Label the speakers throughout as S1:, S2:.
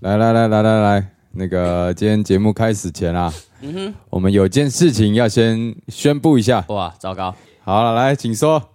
S1: 来来来来来来，那个今天节目开始前啊，
S2: 嗯
S1: 我们有件事情要先宣布一下。
S2: 哇，糟糕！
S1: 好了，来，请说。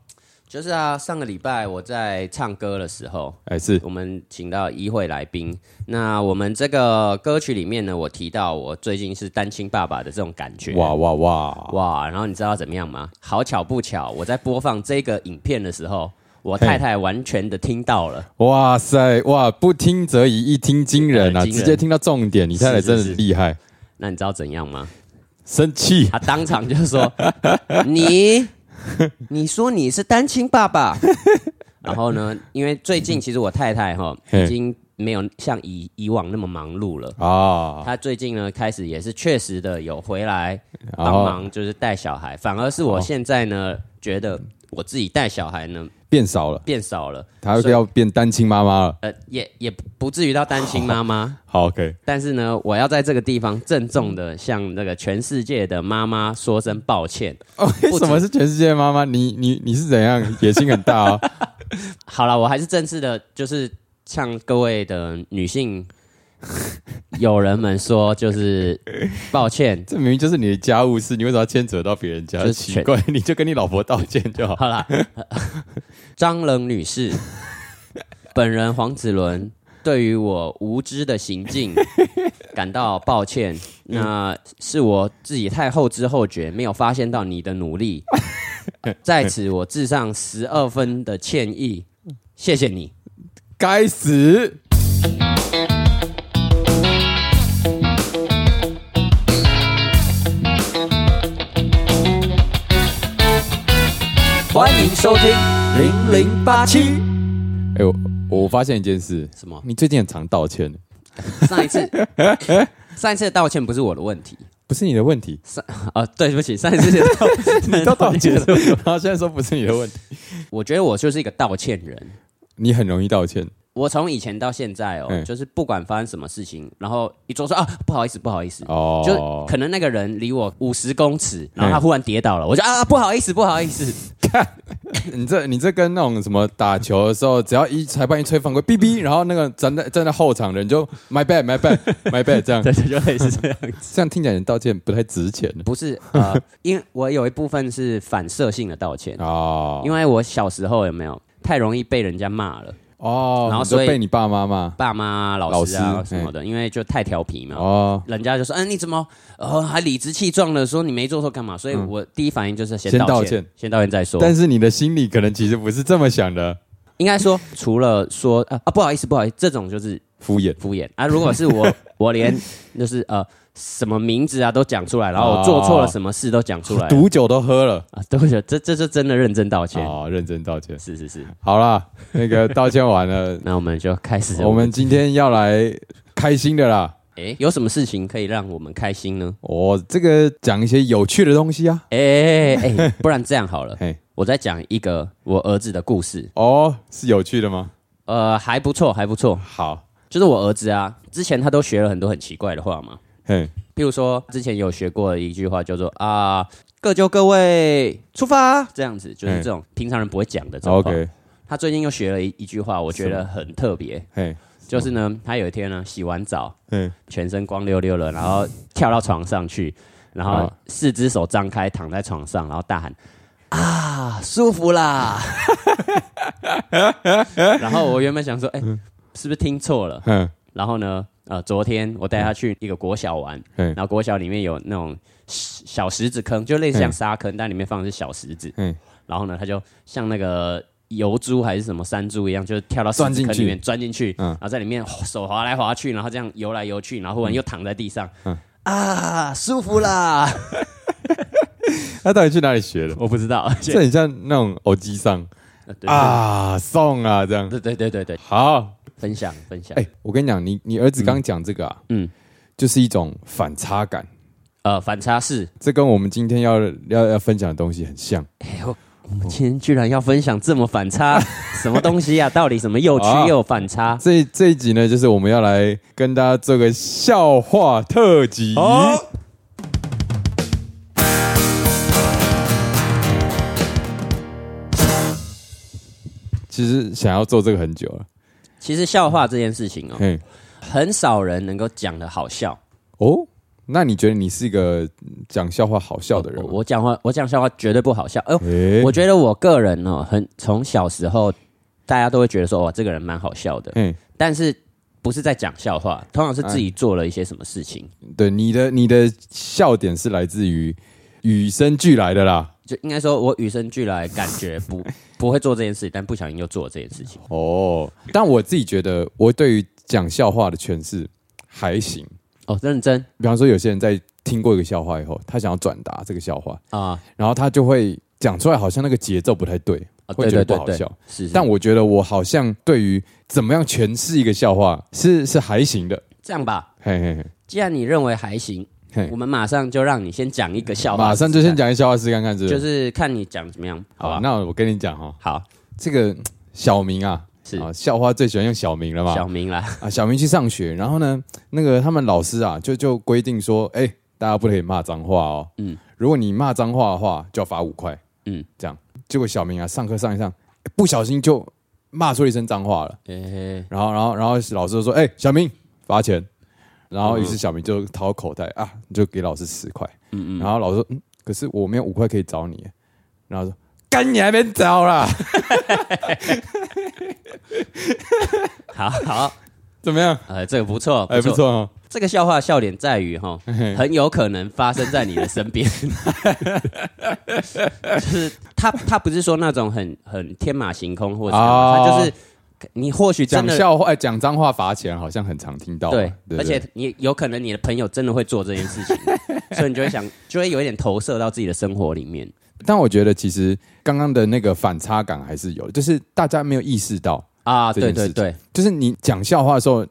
S2: 就是啊，上个礼拜我在唱歌的时候，
S1: 哎，是
S2: 我们请到一会来宾。那我们这个歌曲里面呢，我提到我最近是单亲爸爸的这种感觉。
S1: 哇哇哇，
S2: 哇！然后你知道怎么样吗？好巧不巧，我在播放这个影片的时候，我太太完全的听到了。
S1: 哇塞，哇，不听则已，一听惊人啊！
S2: 哎惊人
S1: 直接听到重点，你太太
S2: 是是
S1: 真的
S2: 是
S1: 厉害，
S2: 那你知道怎样吗？
S1: 生气。
S2: 她当场就说：“你，你说你是单亲爸爸。” 然后呢，因为最近其实我太太哈
S1: 嘿
S2: 已经没有像以以往那么忙碌了。
S1: 啊，
S2: 她最近呢，开始也是确实的有回来帮
S1: 然后
S2: 忙，就是带小孩。反而是我现在呢，觉得我自己带小孩呢
S1: 变少了，
S2: 变少了，
S1: 她
S2: 所以
S1: 要变单亲妈妈了。
S2: 呃，也也不至于到单亲妈妈。
S1: 好，OK，
S2: 但是呢，我要在这个地方郑重的向那个全世界的妈妈说声抱歉。
S1: 哦，为什么是全世界的妈妈？你你你是怎样野心很大 哦？
S2: 好了，我还是正式的，就是向各位的女性友人们说，就是抱歉。
S1: 这明明就是你的家务事，你为什么要牵扯到别人家？
S2: 就是
S1: 奇
S2: 全
S1: 怪，你就跟你老婆道歉就好。
S2: 好啦，张冷女士，本人黄子伦对于我无知的行径感到抱歉， 那是我自己太后知后觉，没有发现到你的努力， 在此我致上十二分的歉意，谢谢你。
S1: 该死！
S2: 欢迎收听零零八七。
S1: 哎、我我发现一件事，
S2: 什么？
S1: 你最近很常道歉，
S2: 上 一次，上一次的道歉不是我的问题。
S1: 不是你的问题，
S2: 啊，对不起，上一次的道
S1: 你都道歉了，啊然后现在说不是你的问题，
S2: 我觉得我就是一个道歉人。
S1: 你很容易道歉。
S2: 我从以前到现在哦，
S1: 嗯
S2: 就是不管发生什么事情，然后一做说啊，不好意思，不好意思，
S1: 哦嗯
S2: 就可能那个人离我五十公尺，然后他忽然跌倒了，我就啊，不好意思，不好 意思，
S1: 你这你这跟那种什么打球的时候，只要一裁判一吹犯规，哔哔，然后那个站在站在后场的人就 my bad my bad my bad 这样，
S2: 对，就类似这样子。
S1: 这样听起来你道歉不太值钱
S2: 不是呃，因为我有一部分是反射性的道歉，
S1: 哦，
S2: 因为我小时候有没有太容易被人家骂了，
S1: 哦，
S2: 然后
S1: 你就
S2: 所以
S1: 被你爸妈骂
S2: 爸妈、老师啊
S1: 老师嗯
S2: 什么的，因为就太调皮嘛。
S1: 哦，
S2: 人家就说：“嗯、你怎么呃还理直气壮的说你没做错干嘛？”所以我第一反应就是先
S1: 先道
S2: 道
S1: 歉
S2: 歉，先道歉再说。
S1: 哦但是你的心里可能其实不是这么想的，
S2: 应该说，除了说啊啊不好意思不好意思，这种就是
S1: 敷衍
S2: 敷衍啊。如果是我，我连就是呃什么名字啊都讲出来，然后我做错了什么事都讲出来了、
S1: 毒酒都喝了
S2: 啊，对不起，这这就真的认真道歉。
S1: 哦，认真道歉。
S2: 是是是，
S1: 好 啦，那个道歉完了，
S2: 那我们就开始
S1: 我们今天要来开心的啦。
S2: 诶有什么事情可以让我们开心呢？
S1: 我、这个讲一些有趣的东西啊。，
S2: 诶诶，不然这样好了
S1: 嘿，
S2: 我再讲一个我儿子的故事。
S1: 哦，是有趣的吗？
S2: 呃，还不错，还不错。
S1: 好，
S2: 就是我儿子啊，之前他都学了很多很奇怪的话嘛，
S1: 嘿，
S2: 譬如说之前有学过一句话叫做啊，各就各位，出发，这样子就是这种平常人不会讲的这种话。
S1: 哦 OK，
S2: 他最近又学了一一句话，我觉得很特别，
S1: 嘿，
S2: 就是呢，他有一天呢洗完澡，
S1: 嘿，
S2: 全身光溜溜了，然后跳到床上去，然后
S1: 啊
S2: 四只手张开躺在床上，然后大喊。啊，舒服啦！ 然后我原本想说，哎、是不是听错了？
S1: 嗯，
S2: 然后呢，呃，昨天我带他去一个国小玩，
S1: 嗯
S2: 然后国小里面有那种石小石子坑，就类似像沙坑，但里面放的是小石子。
S1: 嗯
S2: 然后呢，他就像那个油猪还是什么山猪一样，就是跳到石
S1: 钻
S2: 子
S1: 进
S2: 坑
S1: 去
S2: 里面钻进去，
S1: 嗯
S2: 然后在里面哦手滑来滑去，然后这样游来游去，然后忽然又躺在地上，
S1: 嗯
S2: 啊，舒服啦！
S1: 他到底去哪里学的？
S2: 我不知道，
S1: 这很像那种偶机上
S2: 对
S1: 啊，送啊这样。
S2: 对对对对对，
S1: 好，
S2: 分享分享，
S1: 哎、我跟你讲，你你儿子刚讲这个啊，嗯
S2: 嗯，
S1: 就是一种反差感，
S2: 呃，反差是，
S1: 这跟我们今天要要要分享的东西很像。
S2: 我今天居然要分享这么反 差，什么东西呀、到底什么又曲
S1: 啊
S2: 又有反差？
S1: 这这一集呢，就是我们要来跟大家做个笑话特辑。
S2: 好
S1: 其实想要做这个很久了，
S2: 其实笑话这件事情哦，
S1: 嘿，
S2: 很少人能够讲的好笑。
S1: 哦，那你觉得你是一个讲笑话好笑的人
S2: 我
S1: 吗？
S2: 我讲话，我讲笑话绝对不好笑。哎、
S1: 诶
S2: 我觉得我个人哦，很从小时候，大家都会觉得说，哇，哦这个人蛮好笑的，
S1: 嗯，
S2: 但是不是在讲笑话，通常是自己做了一些什么事情，
S1: 对，你的你的笑点是来自于与生俱来的啦。
S2: 就应该说我与生俱来感觉 不不会做这件事，但不小心又做了这件事情。
S1: 哦，但我自己觉得，我对于讲笑话的诠释还行。
S2: 哦，认真
S1: 比方说，有些人在听过一个笑话以后，他想要转达这个笑话，
S2: 啊、
S1: 然后他就会讲出来，好像那个节奏不太对，
S2: 哦
S1: 会
S2: 对
S1: 觉得
S2: 对
S1: 不
S2: 对
S1: 好
S2: 对，
S1: 笑。
S2: 是是
S1: 但我觉得我好像对于怎么样诠释一个笑话是是还行的，
S2: 这样吧，
S1: 嘿嘿嘿
S2: 既然你认为还行，
S1: 嘿
S2: 我，们马上就让你先讲一个笑话，
S1: 马上就先，讲一个笑话试看看，是不是？
S2: 就是看你讲怎么样，好
S1: 好，
S2: 吧？
S1: 那我跟你讲哈，
S2: 好，
S1: 这个嗯小明啊，
S2: 是
S1: 啊，校花最喜欢用小明了嘛，
S2: 小明 啦，
S1: 啊，小明去上学，然后呢，那个他们老师啊，就就规定说，哎、大家不可以骂脏话哦。嗯
S2: 嗯，
S1: 如果你骂脏话的话，就要罚五块。嗯
S2: 嗯，
S1: 这样。结果小明啊，上课上一上，哎不小心就骂出了一声脏话了。
S2: 诶、
S1: 然后，然后，然后老师就说，哎、小明罚钱。然后，于
S2: 嗯
S1: 是小明就掏口袋啊，就给老师十块。嗯嗯。然后老师说，嗯，可是我没有五块可以找你。然后说，干你还没找啦？
S2: 好好，
S1: 怎么样？
S2: 呃，这个不错，
S1: 哎，不错哦。
S2: 这个笑话笑点在于哈，很有可能发生在你的身 边，就是他他不是说那种很很天马行空或者什么，
S1: 哦
S2: 他就是你或许真
S1: 讲
S2: 的
S1: 笑话，哎讲脏话罚钱，好像很常听到嘛。
S2: 对，
S1: 不
S2: 而且你有可能你的朋友真的会做这件事情，所以你就会想， 就会有一点投射到自己的生活里面。
S1: 但我觉得其实刚刚的那个反差感还是有的，就是大家没有意识到，
S2: 啊，
S1: 这件
S2: 对
S1: 事
S2: 对
S1: 情
S2: 对，
S1: 就是你讲笑话的时候，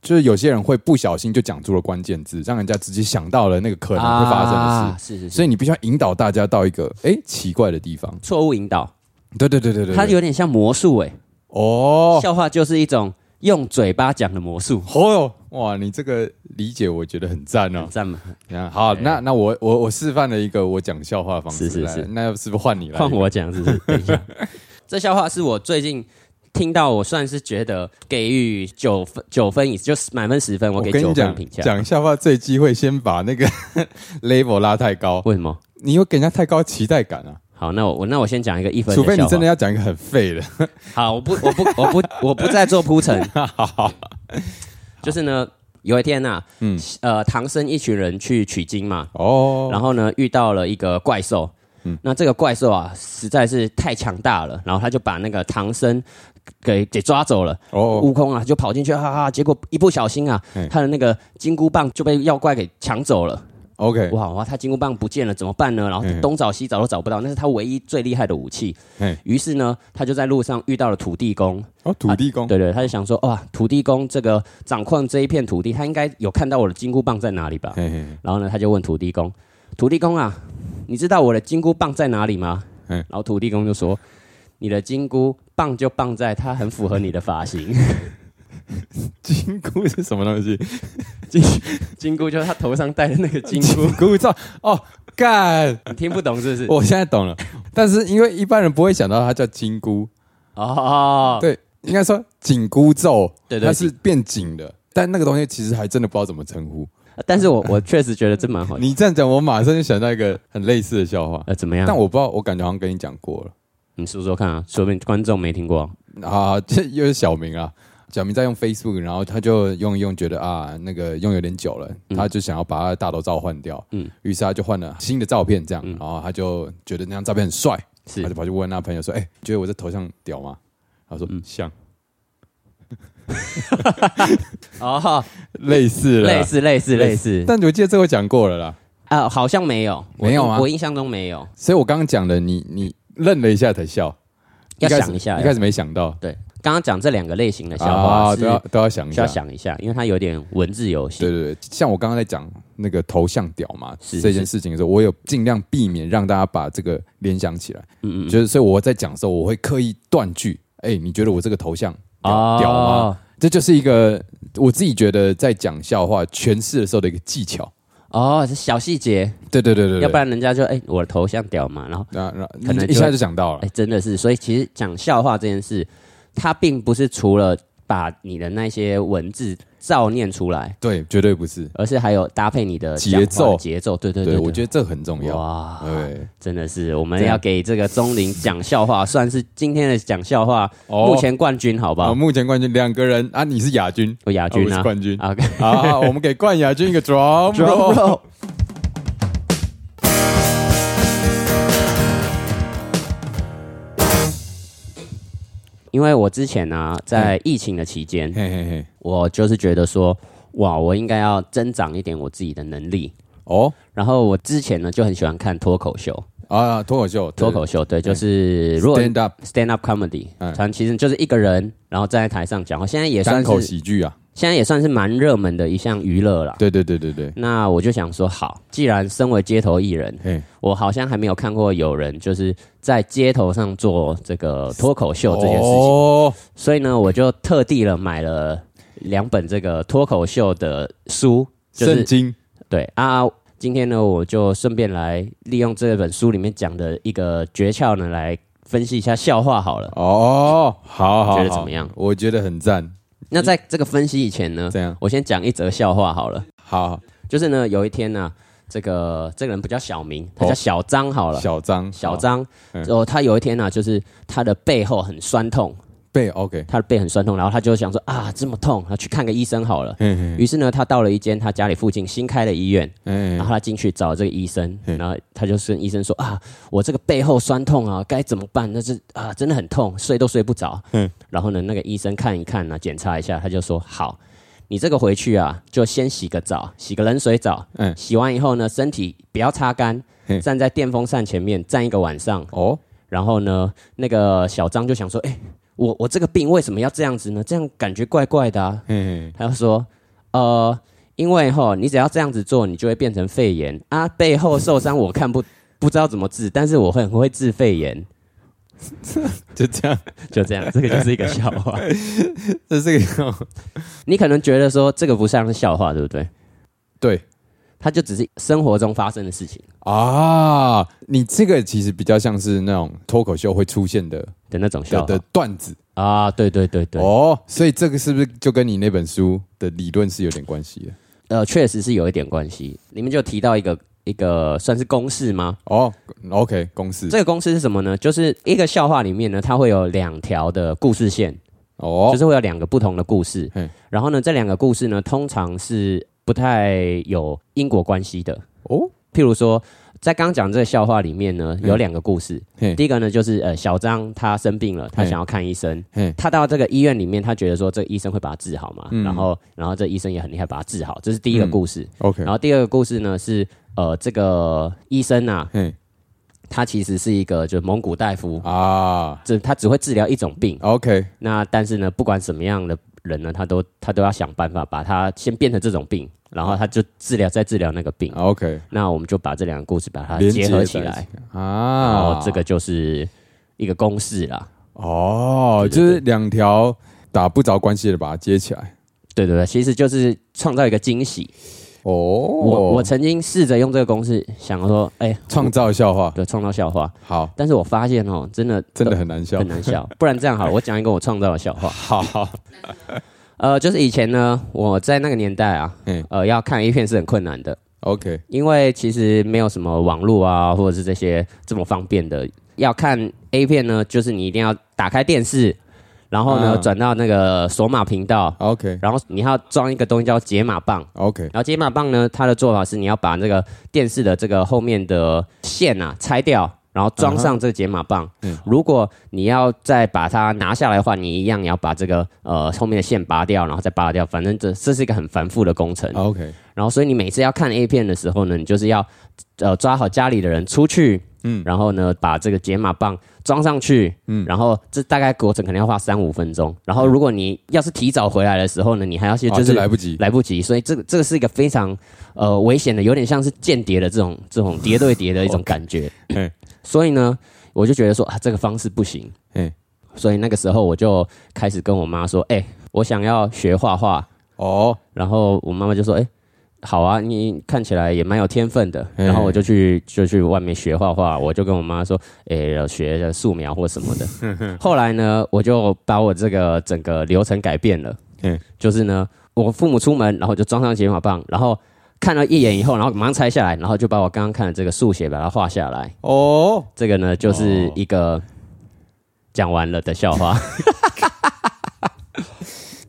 S1: 就是有些人会不小心就讲出了关键字，让人家直接想到了那个可能会发生的事。
S2: 啊是是是，
S1: 所以你必须要引导大家到一个哎、诶奇怪的地方。
S2: 错误引导，
S1: 对对对对对，
S2: 它
S1: 对
S2: 有点像魔术哎，
S1: 哦
S2: 笑话就是一种用嘴巴讲的魔术，
S1: 哦哟，哇，你这个理解我觉得很赞哦。
S2: 赞吗？
S1: 你看好，那那我我我示范了一个我讲笑话的方式，
S2: 是哎是
S1: 来
S2: 是
S1: 那是不是换你来？
S2: 换我讲，是不是？等一下， 这笑话是我最近听到，我算是觉得给予九分九分以，就是满分十分，我
S1: 我
S2: 给
S1: 跟你
S2: 九分
S1: 讲
S2: 评，价。
S1: 讲笑话最忌讳先把那个 level 拉太高，
S2: 为什么？
S1: 你有给人家太高期待感啊！
S2: 好，那我我那我先讲一个一分
S1: 除非你
S2: 笑话
S1: 真的要讲一个很废 的，
S2: 好，我不我不我不我不再做 铺陈。就是呢，有一天呐、
S1: 嗯
S2: 嗯，呃，唐僧一群人去取经嘛，
S1: 哦，嗯
S2: 然后呢遇到了一个怪兽，那这个怪兽啊实在是太强大了，然后他就把那个唐僧给给抓走了。
S1: 哦，
S2: 悟空啊就跑进去，哈、哈，结果一不小心啊
S1: 嗯，
S2: 他的那个金箍棒就被妖怪给抢走了。
S1: OK，
S2: 哇哇，他金箍棒不见了，怎么办呢？然后
S1: 嗯
S2: 东找西找都找不到，那是他唯一最厉害的武器
S1: 嗯。
S2: 于是呢，他就在路上遇到了土地公。
S1: 哦，土地公，
S2: 啊对对，他就想说，哇，土地公这个掌控这一片土地，他应该有看到我的金箍棒在哪里吧？
S1: 嘿嘿 嘿
S2: 然后呢，他就问土地公：“土地公啊，你知道我的金箍棒在哪里吗？”
S1: 嗯
S2: 然后土地公就说：“你的金箍棒就棒在它很符合你的发型，
S1: 金箍是什么东西？
S2: 金金箍就是他头上戴的那个金 箍
S1: 金。箍咒，哦，干，”
S2: 你听不懂是不是？
S1: 我现在懂了。但是因为一般人不会想到它叫金箍，
S2: 哦，
S1: 对，应该说紧箍咒，
S2: 对对
S1: 它是变紧的。但那个东西其实还真的不知道怎么称呼。
S2: 但是我我确实觉得这蛮好的。
S1: 你这样讲，我马上就想到一个很类似的笑话，
S2: 呃，怎么样？
S1: 但我不知道，我感觉好像跟你讲过了。
S2: 你说说看啊，说不定观众没听过。
S1: 啊， 这又是小明啊。小明在用 Facebook，然后他就用一用，觉得啊，那个用有点久了，他就想要把他的大头照换掉。嗯
S2: 嗯，
S1: 于是他就换了新的照片，这样，然后他就觉得那张照片很帅，
S2: 是
S1: 他就跑去问他朋友说：“哎、觉得我这头像屌吗？”他说：“
S2: 嗯
S1: 像，
S2: 哦，
S1: 类似了，
S2: 类似类似类似
S1: 但我记得这个讲过了啦，
S2: 啊，好像没有，我
S1: 没有
S2: 印
S1: 吗
S2: 我印象中没有，
S1: 所以我刚刚讲的，你你愣了一下才笑，
S2: 要
S1: 开始
S2: 想一下
S1: 一开始没想到，
S2: 对，刚刚讲这两个类型的笑话
S1: 啊，
S2: 是
S1: 都要都要想一
S2: 需要
S1: 下。
S2: 想一下，因为它有点文字游戏。
S1: 对对对，像我刚刚在讲那个头像屌嘛
S2: 是
S1: 这件事情的时候，我有尽量避免让大家把这个联想起来，
S2: 嗯嗯
S1: 就是所以我在讲的时候，我会刻意断句。哎、你觉得我这个头像屌,、
S2: 哦
S1: 屌吗？这就是一个我自己觉得在讲笑话诠释的时候的一个技巧。
S2: 哦，是小细节，
S1: 对对对对对，
S2: 要不然人家就哎、我的头像屌嘛，然后
S1: 那那
S2: 可能
S1: 一
S2: 就
S1: 下就想到了
S2: 哎、。真的是，所以其实讲笑话这件事，它并不是除了把你的那些文字照念出来，
S1: 对，绝对不是。
S2: 而是还有搭配你的
S1: 节奏
S2: 讲话节奏。对对
S1: 对，
S2: 对，
S1: 我觉
S2: 得
S1: 得这很重要。
S2: 哇，
S1: 对，
S2: 真的是我们
S1: 这样
S2: 要给这个钟林 讲笑话，算是今天的讲笑话哦目前冠军，好不
S1: 啊，
S2: 好？
S1: 目前冠军两个人啊，你是亚军，
S2: 有亚军
S1: 啊我
S2: 啊
S1: 是，冠 军。
S2: 啊，
S1: 好，好我们给冠亚军一个 drum roll。
S2: 因为我之前呢、啊
S1: 嗯
S2: 在疫情的期间，
S1: 嘿嘿嘿，
S2: 我就是觉得说，哇，我应该要增长一点我自己的能力。
S1: 哦
S2: 然后我之前呢就很喜欢看脱口秀，
S1: 啊，脱口秀，
S2: 脱口秀对，就是如果
S1: stand up，
S2: stand up comedy，
S1: 嗯
S2: 它其实就是一个人然后站在台上讲话，现在也
S1: 单
S2: 算
S1: 口
S2: 是
S1: 喜剧啊。
S2: 现在也算是蛮热门的一项娱乐啦。
S1: 对对对对对，
S2: 那我就想说，好，既然身为街头艺人，
S1: 嘿，
S2: 我好像还没有看过有人就是在街头上做这个脱口秀这件事情，
S1: 哦，
S2: 所以呢，我就特地了买了两本这个脱口秀的书，就是
S1: 圣经
S2: 对啊。今天呢，我就顺便来利用这本书里面讲的一个诀窍呢，来分析一下笑话好了。
S1: 哦，好好，
S2: 觉得
S1: 好
S2: 怎么样？
S1: 我觉得很赞。
S2: 那在这个分析以前呢，
S1: 这样
S2: 我先讲一则笑话好了。
S1: 好，
S2: 就是呢，有一天呢、这个这个人不叫小明，他叫
S1: 哦
S2: 小张好了。
S1: 小张，
S2: 小
S1: 好
S2: 张，
S1: 嗯
S2: 然后他有一天呢、就是他的背后很酸痛，
S1: 背 OK，
S2: 他的背很酸痛，然后他就想说啊，这么痛，他去看个医生好了。
S1: 嘿嘿
S2: 于是呢，他到了一间他家里附近新开的医院，
S1: 嘿，嘿
S2: 然后他进去找这个医生，
S1: 嗯
S2: 然后他就跟医生说啊，我这个背后酸痛啊，该怎么办？那是啊，真的很痛，睡都睡不着。
S1: 嗯
S2: 然后呢，那个医生看一看呢、检查一下，他就说好，你这个回去啊，就先洗个澡，洗个冷水澡，
S1: 嗯
S2: 洗完以后呢，身体不要擦干
S1: 嗯，
S2: 站在电风扇前面站一个晚上，
S1: 哦，
S2: 然后呢，那个小张就想说，哎、我我这个病为什么要这样子呢？这样感觉怪怪的啊。
S1: 嘿嘿，
S2: 他就说，呃，因为哈，你只要这样子做，你就会变成肺炎啊，背后受伤我看不不知道怎么治，但是我会很会治肺炎。
S1: 就这样，
S2: 就这样，这个就是一个笑话。
S1: 这是个
S2: 你可能觉得说这个不像是笑话，对不对？
S1: 对
S2: 它就只是生活中发生的事情
S1: 啊，你这个其实比较像是那种脱口秀会出现的
S2: 的那种
S1: 的
S2: 笑话
S1: 的段子
S2: 啊，对对对对，
S1: 哦，所以这个是不是就跟你那本书的理论是有点关系的？
S2: 呃，确实是有一点关系。里面就提到一个一个算是公式吗？
S1: 哦，OK，公式
S2: 这个公式是什么呢？就是一个笑话里面呢，它会有两条的故事线，
S1: 哦
S2: 就是会有两个不同的故事
S1: 嘿。
S2: 然后呢，这两个故事呢，通常是不太有因果关系的。
S1: 哦，
S2: 譬如说，在刚讲这个笑话里面呢，有两个故事。
S1: 嘿
S2: 第一个呢，就是呃，小张他生病了，他
S1: 嘿
S2: 想要看医生
S1: 嘿。
S2: 他到这个医院里面，他觉得说这个医生会把他治好嘛，
S1: 嗯
S2: 然后然后这医生也很厉害，把他治好。这是第一个
S1: 嗯
S2: 故事。
S1: ，OK，
S2: 然后第二个故事呢是呃，这个医生啊，
S1: 嘿
S2: 他其实是一个就是蒙古大夫，
S1: 啊
S2: 这他只会治疗一种病。
S1: ，OK，
S2: 那但是呢，不管什么样的人呢，他都他都要想办法把他先变成这种病，然后他就治疗再治疗那个病。
S1: OK，
S2: 那我们就把这两个故事把它
S1: 连
S2: 结合起
S1: 在
S2: 来，
S1: 一
S2: 然
S1: 啊
S2: 后，这个就是一个公式啦。
S1: 哦，
S2: 对
S1: 就
S2: 对
S1: 是两条打不着关系的把它接起来。
S2: 对对对，其实就是创造一个惊喜。
S1: 哦，
S2: 我
S1: 我
S2: 我曾经试着用这个公式想说，哎，
S1: 创造笑话，
S2: 对创造笑话，
S1: 好，
S2: 但是我发现哦，真的
S1: 真的很难笑
S2: 很。难笑。不然这样好了，我讲一个我创造的笑话。
S1: 好好，
S2: 呃，就是以前呢，我在那个年代啊
S1: 嗯，
S2: 呃，要看 A 片是很困难的，
S1: OK，
S2: 因为其实没有什么网络啊，或者是这些这么方便的。要看 A 片呢，就是你一定要打开电视，然后呢
S1: 嗯
S2: 转到那个索马频道，
S1: OK，
S2: 然后你要装一个东西叫解码棒。
S1: OK，
S2: 然后解码棒呢，它的做法是你要把那个电视的这个后面的线啊拆掉，然后装上这个解码棒。
S1: 嗯
S2: 如果你要再把它拿下来的话，你一样也要把这个呃后面的线拔掉，然后再拔掉。反正这这是一个很繁复的工程。
S1: OK，
S2: 然后所以你每次要看 A 片的时候呢，你就是要呃抓好家里的人出去，嗯
S1: 嗯，
S2: 然后呢把这个解码棒装上去，嗯，然后这大概过程可能要花三五分钟。然后如果你要是提早回来的时候呢，你还要去
S1: 啊
S2: 就是
S1: 嗯这来不及。
S2: 来不及，所以这个这个是一个非常呃危险的，有点像是间谍的这种 这种叠对叠的一种感觉
S1: 哦嘿。
S2: 所以呢，我就觉得说啊，这个方式不行
S1: 嘿。
S2: 所以那个时候我就开始跟我妈说，哎、我想要学画画。
S1: 哦，
S2: 然后我妈妈就说，哎、好啊，你看起来也蛮有天分的。
S1: 嘿
S2: 然后我就去就去外面学画画，我就跟我妈说，诶、要学着素描或什么的。后来呢，我就把我这个整个流程改变了
S1: 嘿，
S2: 就是呢，我父母出门，然后就装上解码棒，然后看了一眼以后，然后马上拆下来，然后就把我刚刚看的这个速写把它画下来。
S1: 哦，
S2: 这个呢，就是一个讲完了的笑 话。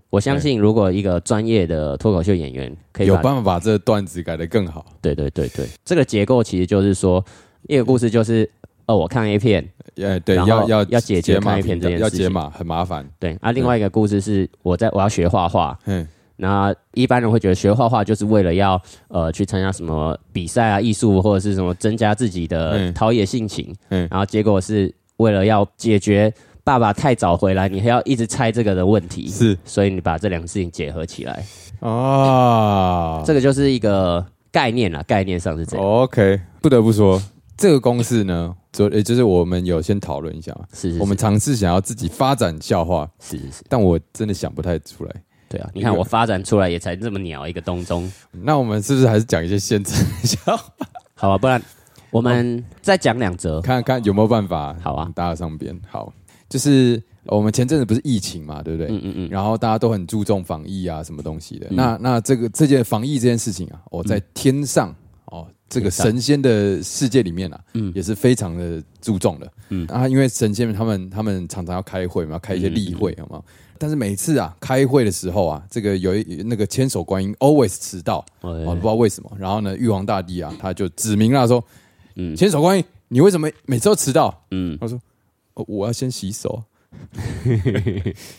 S2: 我相信，如果一个专业的脱口秀演员可以
S1: 有
S2: 把
S1: 办法把这个段子改得更好。
S2: 对对对对，这个结构其实就是说，一个故事就是，哦，我看 A 片，
S1: 哎，对，
S2: 然后
S1: 要要
S2: 要解决
S1: 码
S2: 看一遍这件
S1: 要
S2: 事
S1: 解
S2: 情
S1: 码很麻烦。
S2: 对，啊，另外一个故事是我在我要学画画，
S1: 嗯，
S2: 那一般人会觉得学画画就是为了要呃去参加什么比赛啊、艺术或者是什么增加自己的
S1: 嗯
S2: 陶冶性情，
S1: 嗯
S2: 然后结果是为了要解决爸爸太早回来，你还要一直猜这个的问题，
S1: 是
S2: 所以你把这两个事情结合起来，
S1: 啊，
S2: 这个就是一个概念啦，概念上是
S1: 哦
S2: 这样，
S1: OK，不得不说，这个公式呢，昨也就是我们有先讨论一下嘛，
S2: 是是是
S1: 我们尝试想要自己发展笑话，
S2: 是是是，
S1: 但我真的想不太出来。
S2: 对啊，你看我发展出来也才这么鸟一个东东。
S1: 那我们是不是还是讲一些现成的笑话，
S2: 好啊吧，不然我们再讲两 则。
S1: 看看有没有办法？
S2: 好啊
S1: 搭得上边。好，就是我们前阵子不是疫情嘛，对不对？
S2: 嗯嗯嗯，
S1: 然后大家都很注重防疫啊，什么东西的。那那这个这件防疫这件事情啊，哦，在天上、哦，这个
S2: 嗯天上
S1: 神仙的世界里面啊，
S2: 嗯
S1: 也是非常的注重的。
S2: 嗯
S1: 嗯啊，因为神仙们他们他们常常要开会嘛，要开一些
S2: 嗯
S1: 例会，好吗？但是每次啊开会的时候啊，这个有一那个千手观音 always 迟到，哦，不知
S2: 哦，
S1: 道为什么。然后呢，玉皇大帝啊，他就指明了说，
S2: 嗯
S1: 千手观音，你为什么每次都迟到？
S2: 嗯，
S1: 哦我要先洗 手。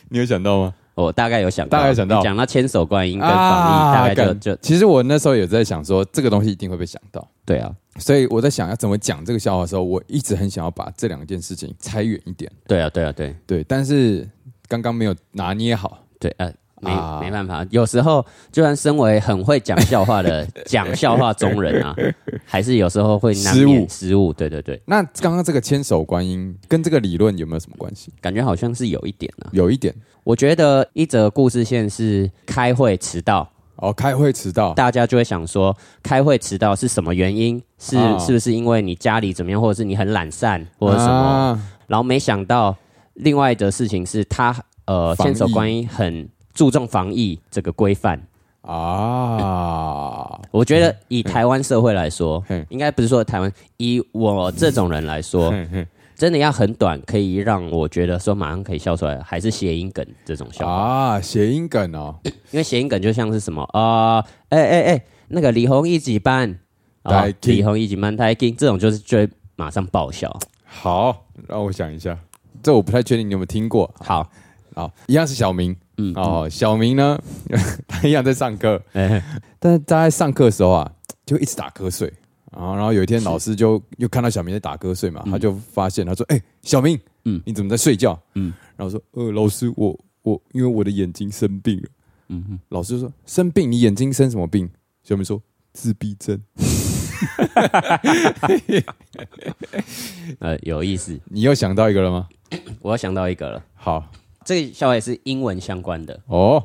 S1: 你有想到吗？
S2: 我大概有想到，
S1: 大概想到啊
S2: 你讲到千手观音跟防疫，大概就
S1: 干
S2: 就
S1: 其实我那时候也在想说，这个东西一定会被想到，
S2: 对啊，
S1: 所以我在想要怎么讲这个笑话的时候，我一直很想要把这两件事情拆远一点，
S2: 对啊，对啊，对
S1: 对，但是刚刚没有拿捏好，
S2: 对啊。没
S1: 啊
S2: 没办法，有时候就算身为很会讲笑话的讲笑话中 人啊，还是有时候会难免失误。对对对，
S1: 那刚刚这个千手观音跟这个理论有没有什么关系？
S2: 感觉好像是有一点啊。
S1: 有一点
S2: 我觉得一则故事线是开会迟到，
S1: 哦，开会迟到，
S2: 大家就会想说，开会迟到是什么原因？是、
S1: 啊
S2: 是不是因为你家里怎么样，或者是你很懒散，或者什么？
S1: 啊
S2: 然后没想到另外的事情是他呃，
S1: 防疫
S2: 千手观音很注重防疫这个规范。
S1: 啊？
S2: 我觉得以台湾社会来说
S1: 嗯，
S2: 应该不是说台湾，以我这种人来说，
S1: 嘿嘿
S2: 真的要很短，可以让我觉得说马上可以笑出来，还是谐音梗这种笑话，
S1: 啊，谐音梗哦，
S2: 因为谐音梗就像是什么啊，哎哎哎，那个李红一几班，啊
S1: 台，语
S2: 李红一几班台金，这种就是就会马上爆笑。
S1: 好，让我想一下，这我不太确定你有没有听过，
S2: 好，
S1: 好，一样是小明，嗯，
S2: 嗯
S1: 哦，小明呢， 他一样在上课，
S2: 哎
S1: 但是他在上课的时候啊，就一直打瞌睡，然后然后有一天老师就又看到小明在打瞌睡嘛，他就发现他说，哎、小明，
S2: 嗯
S1: 嗯，你怎么在睡觉？
S2: 嗯
S1: 嗯，然后说，呃，老师，我我因为我的眼睛生病了，
S2: 嗯哼
S1: 嗯，老师就说生病，你眼睛生什么病？小明说自闭症，
S2: 呃，有意思，
S1: 你又想到一个了吗？
S2: 我又想到一个了。
S1: 好，
S2: 这个笑话也是英文相关的，
S1: 哦，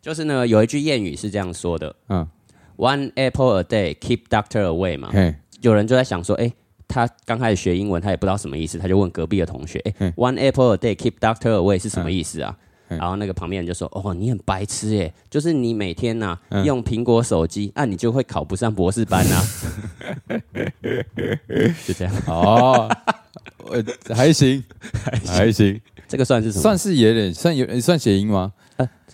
S2: 就是呢有一句谚语是这样说的
S1: 嗯，
S2: ：“One apple a day keep doctor away” 嘛。
S1: 嘿，
S2: 有人就在想说，哎、他刚开始学英文，他也不知道什么意思，他就问隔壁的同学，哎、
S1: 嗯
S2: o n e apple a day keep doctor away” 是什么意思啊？
S1: 嗯
S2: 然后那个旁边人就说：“哦，你很白痴耶！就是你每天呐、
S1: 嗯
S2: 用苹果手机，啊那、你就会考不上博士 班呐、就这样，
S1: 哦，呃，还行，还行，
S2: 这个算是什么？
S1: 算是有点算有算谐音吗？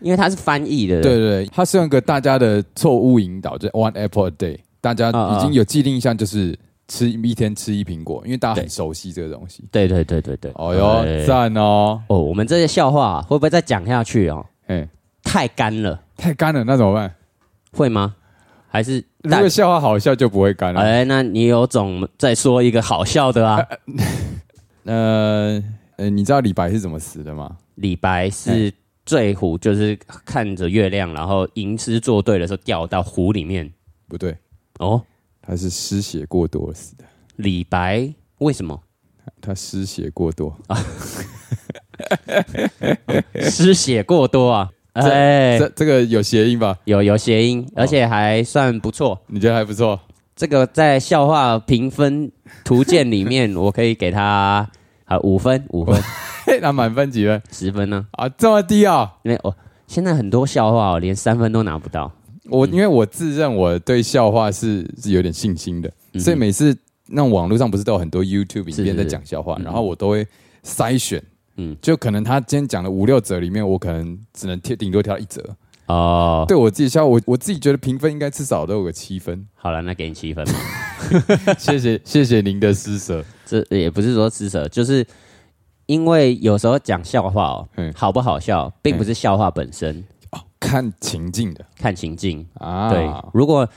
S2: 因为它是翻译的，
S1: 对对，对，它是用一个大家的错误引导，就是 one apple a day，大家
S2: 啊啊
S1: 已经有既定印象，就是吃一天吃一苹果，因为大家很熟悉这个东西。
S2: 对对对对对。
S1: 哦
S2: 哎
S1: 哟，赞哦！
S2: 哦，我们这些笑话、会不会再讲下去哦？
S1: 哎，
S2: 太干了，
S1: 太干了，那怎么办？
S2: 会吗？还是
S1: 如
S2: 大
S1: 果笑话好笑就不会干啊了。
S2: 哎，那你有种再说一个好笑的啊？
S1: 呃呃，你知道李白是怎么死的吗？
S2: 李白
S1: 哎
S2: 是醉虎，就是看着月亮，然后吟诗作对的时候掉到湖里面。
S1: 不对，
S2: 哦，
S1: 他是失血过多而死的。
S2: 李白为什么
S1: 他失血过多，
S2: 失血过多啊？哎，
S1: 哎这这个有谐音吧？
S2: 有有谐音，而且还算不错。
S1: 你觉得还不错？
S2: 这个在笑话评分图鉴里面，我可以给他啊五分、五分、
S1: 嘿，那满分几分
S2: 十分呢、
S1: 啊？这么低啊？
S2: 因为我现在很多笑话，我连三分都拿不到。
S1: 我因为我自认我对笑话是是有点信心的，
S2: 嗯
S1: 所以每次那网络上不是都有很多 YouTube
S2: 是
S1: 影片在
S2: 是
S1: 讲笑话，
S2: 嗯
S1: 然后我都会筛选，
S2: 嗯
S1: 嗯，就可能他今天讲的五六则里面，我可能只能贴顶多挑一则。
S2: 哦，
S1: 对我自己笑，我我自己觉得评分应该至少都有个七分。
S2: 好了，那给你七分吧。
S1: 谢谢谢谢您的施舍，
S2: 这也不是说施舍，就是因为有时候讲笑话哦
S1: 嗯，
S2: 好不好笑，并
S1: 哎
S2: 不是笑话本身，
S1: 看情境的
S2: 看情境。
S1: 啊，
S2: 对，如果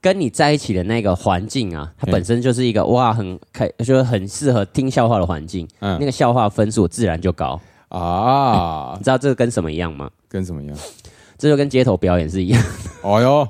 S2: 跟你在一起的那个环境啊，它
S1: 嗯
S2: 本身就是一个哇，很开，就是很适合听笑话的环境，
S1: 嗯
S2: 那个笑话分数自然就高。
S1: 啊
S2: 你，知道这个跟什么一样吗？
S1: 跟什么一样？
S2: 这就跟街头表演是一样。
S1: 哦哟，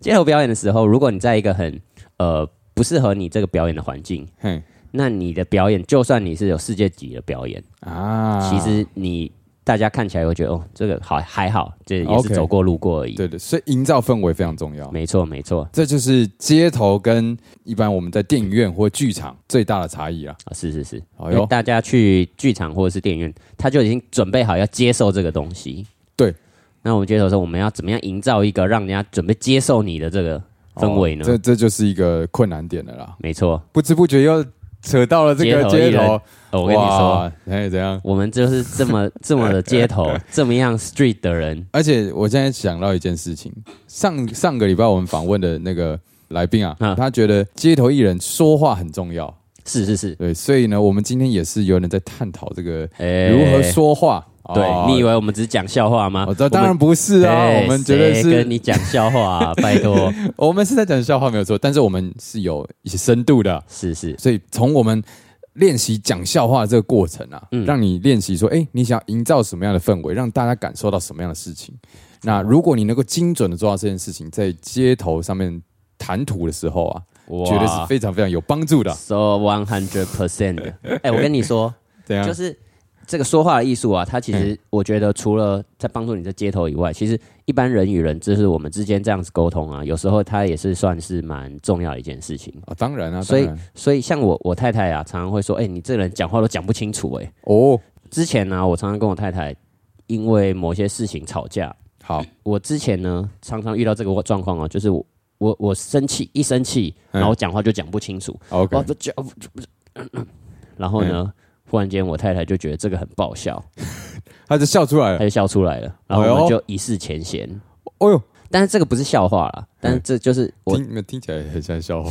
S2: 街头表演的时候，如果你在一个很呃不适合你这个表演的环境，
S1: 嘿
S2: 那你的表演就算你是有世界级的表演，
S1: 啊，
S2: 其实你大家看起来会觉得哦，这个好还好，这也是
S1: OK
S2: 走过路过而已。
S1: 对对，所以营造氛围非常重要。
S2: 没错没错，
S1: 这就是街头跟一般我们在电影院或剧场最大的差异啊！
S2: 啊是是是，
S1: 哎
S2: 因为
S1: 呦，
S2: 大家去剧场或者是电影院，他就已经准备好要接受这个东西。
S1: 对，
S2: 那我们街头说，我们要怎么样营造一个让人家准备接受你的这个氛围呢？
S1: 哦这这就是一个困难点了啦。
S2: 没错，
S1: 不知不觉又扯到了这个
S2: 街头艺
S1: 街
S2: 人
S1: 头，
S2: 呃我跟你说，
S1: 哇，哎怎样？
S2: 我们就是这么这么的街 头，这么样 street 的人，
S1: 而且我现在想到一件事情，上上个礼拜我们访问的那个来宾啊，
S2: 嗯
S1: 他觉得街头艺人说话很重要，
S2: 是是是，
S1: 对，所以呢，我们今天也是有人在探讨这个
S2: 哎
S1: 如何？说话。
S2: 对、
S1: 哦
S2: 你以为我们只是讲笑话吗？
S1: 哦这当然不
S2: 我
S1: 是
S2: 们
S1: 啊，
S2: 哎
S1: 我们绝对
S2: 谁
S1: 是
S2: 跟你讲笑话、 啊，拜托，
S1: 哦我们是在讲笑话没有错，但是我们是有一些深度的，啊
S2: 是是
S1: 所以从我们练习讲笑话这个过程啊，
S2: 嗯
S1: 让你练习说，哎、你想要营造什么样的氛围，让大家感受到什么样的事情。那如果你能够精准的做到这件事情，在街头上面谈吐的时候啊，
S2: 哇
S1: 绝对是非常非常有帮助的啊。
S2: so one hundred percent。哎，我跟你说，
S1: 怎样？
S2: 就是这个说话的艺术啊，它其实我觉得除了在帮助你在街头以外，其实一般人与人就是我们之间这样子沟通啊，有时候它也是算是蛮重要的一件事情。
S1: 啊，当然啊，
S2: 所以
S1: 当然，
S2: 所以像我我太太啊，常常会说，哎、你这个人讲话都讲不清楚、哎，
S1: 哦，
S2: 之前呢、我常常跟我太太因为某些事情吵架。
S1: 好，
S2: 我之前呢，常常遇到这个状况哦，就是我我我生气一生气，
S1: 嗯
S2: 然后我讲话就讲不清楚，
S1: ，OK，
S2: 哇不讲不不然后呢，忽然间我太太就觉得这个很爆笑，
S1: 他就笑出来
S2: 她
S1: 了。
S2: 就笑出来了，然后
S1: 哎呦
S2: 我们就一世前嫌。
S1: 哦呦，
S2: 但是这个不是笑话啦，
S1: 哎
S2: 但是这就是我
S1: 听听起来很像笑话。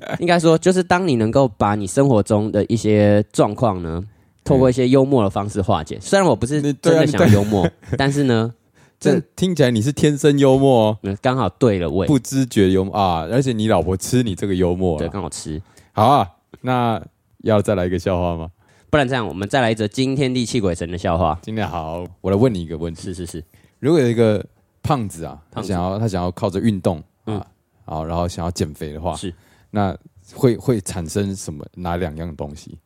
S1: 哎
S2: 应该说，就是当你能够把你生活中的一些状况呢，透过一些幽默的方式化解。虽然我不是
S1: 哎你
S2: 真
S1: 对啊
S2: 的
S1: 你
S2: 想要 幽默，但是呢，
S1: 这
S2: 这
S1: 听起来你是天生幽默、哦，
S2: 嗯刚好对了味，
S1: 不知觉幽默啊，而且你老婆吃你这个幽默、啊，
S2: 对，刚好吃。
S1: 好啊，那要再来一个笑话吗？
S2: 不然这样，我们再来一则惊天地泣鬼神的笑话。
S1: 今天好，我来问你一个问题：
S2: 是是是，
S1: 如果有一个胖子啊，他
S2: 胖子
S1: 想要他想要靠着运动
S2: 嗯
S1: 啊，好、然后想要减肥的话，
S2: 是
S1: 那会会产生什么哪两样东西？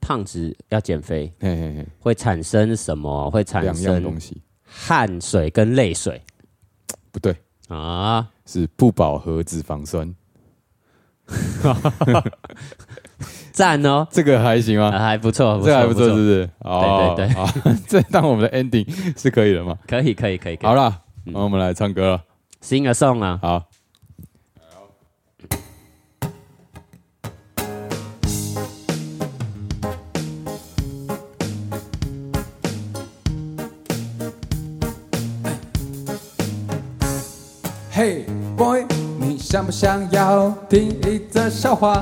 S2: 胖子要减肥
S1: 嘿嘿嘿，
S2: 会产生什么？会产
S1: 两样
S2: 生
S1: 东西
S2: 汗水跟泪水
S1: 不对，
S2: 啊！
S1: 是不饱和脂肪酸，
S2: 赞哦，
S1: 这个还行
S2: 啊
S1: 吗？
S2: 还不错，
S1: 这个还不
S2: 不错
S1: 错，是不，是？
S2: 对对对
S1: 好， 这当我们的 ending 是可以的嘛？
S2: 可以可以可以。嗯可以
S1: 好啦，那我们来唱歌了。
S2: ，sing a song 啊，
S1: 好，嘿、boy，你想不想要听一则笑话？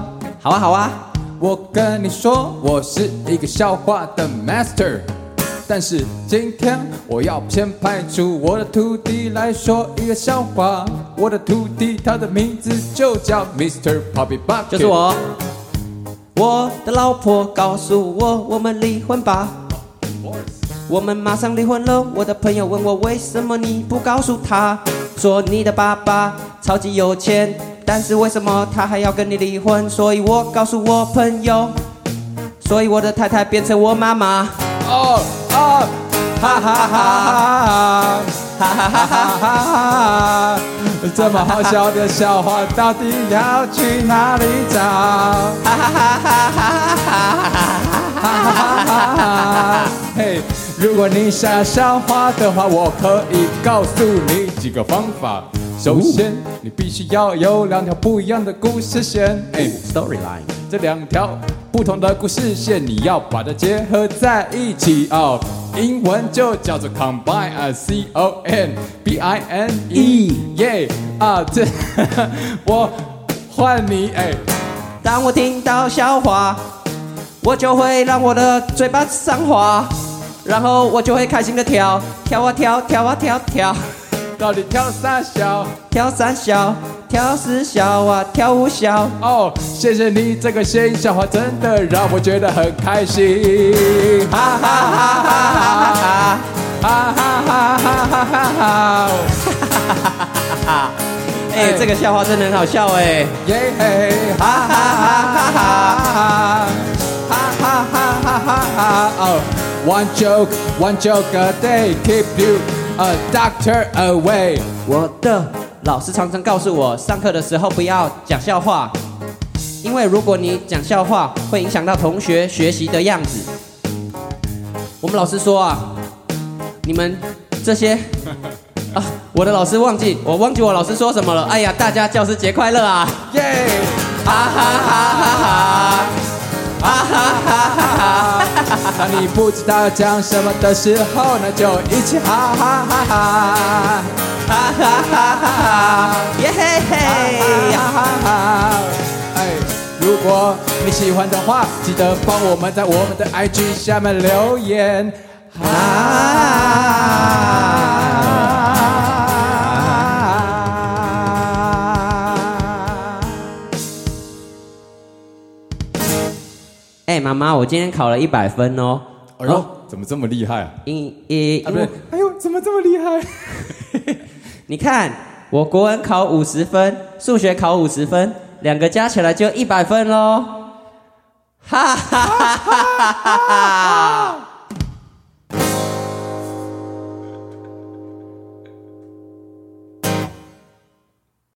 S2: 好啊好啊。
S1: 我跟你说，我是一个笑话的 master，但是今天我要先派出我的徒弟来说一个笑话。我的徒弟他的名字就叫 Mr. Poppy Bucket，
S2: 就是。我。我的老婆告诉我，我们离婚吧。我们马上离婚了。我的朋友问我为什么你不告诉他，说你的爸爸超级有钱，但是为什么他还要跟你离婚？所以我告诉我朋友，所以我的太太变成我妈妈。
S1: 哦啊哈哈哈哈哈哈哈哈！这么好笑的笑话，到底要去哪里找？哈哈哈哈哈哈哈！ 嘿，如果你想笑话的话，我可以告诉你几个方法。首先，你必须要有两条不一样的故事线。哎。
S2: storyline，
S1: 这两条不同的故事线，你要把它结合在一起哦。英文就叫做 combine 啊，C O N B I N E，耶啊！这 我换你哎，
S2: 当我听到笑话，我就会让我的嘴巴上滑，然后我就会开心的跳，跳啊跳，跳啊跳跳，
S1: 到底跳啥小？
S2: 跳三小，跳四小啊，跳五小。
S1: 哦，谢谢你这个新笑话，真的让我觉得很开心，哈哈哈哈哈哈，哈哈哈哈哈哈哈哈。
S2: 哎、这个笑话真的很好笑哎、
S1: 耶嘿，哈哈哈哈哈，哈哈哈哈哈哈。哦，one joke, one joke a day keep you a doctor away。
S2: 我的老师常常告诉我，上课的时候不要讲笑话，因为如果你讲笑话，会影响到同学学习的样子。我们老师说啊，你们这些啊，我的老师忘记，我忘记我老师说什么了。哎呀，大家教师节快乐啊！
S1: 耶，
S2: 哈哈哈哈 哈！哈哈哈哈哈！
S1: 当你不知道讲什么的时候，那就一起哈哈哈哈，
S2: 哈哈哈哈哈！耶嘿嘿！
S1: 哈哈哈。哎，如果你喜欢的话，记得帮我们在我们的 IG 下面留言。啊！
S2: 哎、妈妈，我今天考了一百分哦。
S1: 哎呦，怎么这么厉害啊？
S2: 因因
S1: 啊，不
S2: 因为
S1: 对，哎呦，怎么这么厉害？
S2: 你看，我国文考五十分，数学考五十分，两个加起来就一百分喽。哈哈哈哈哈哈！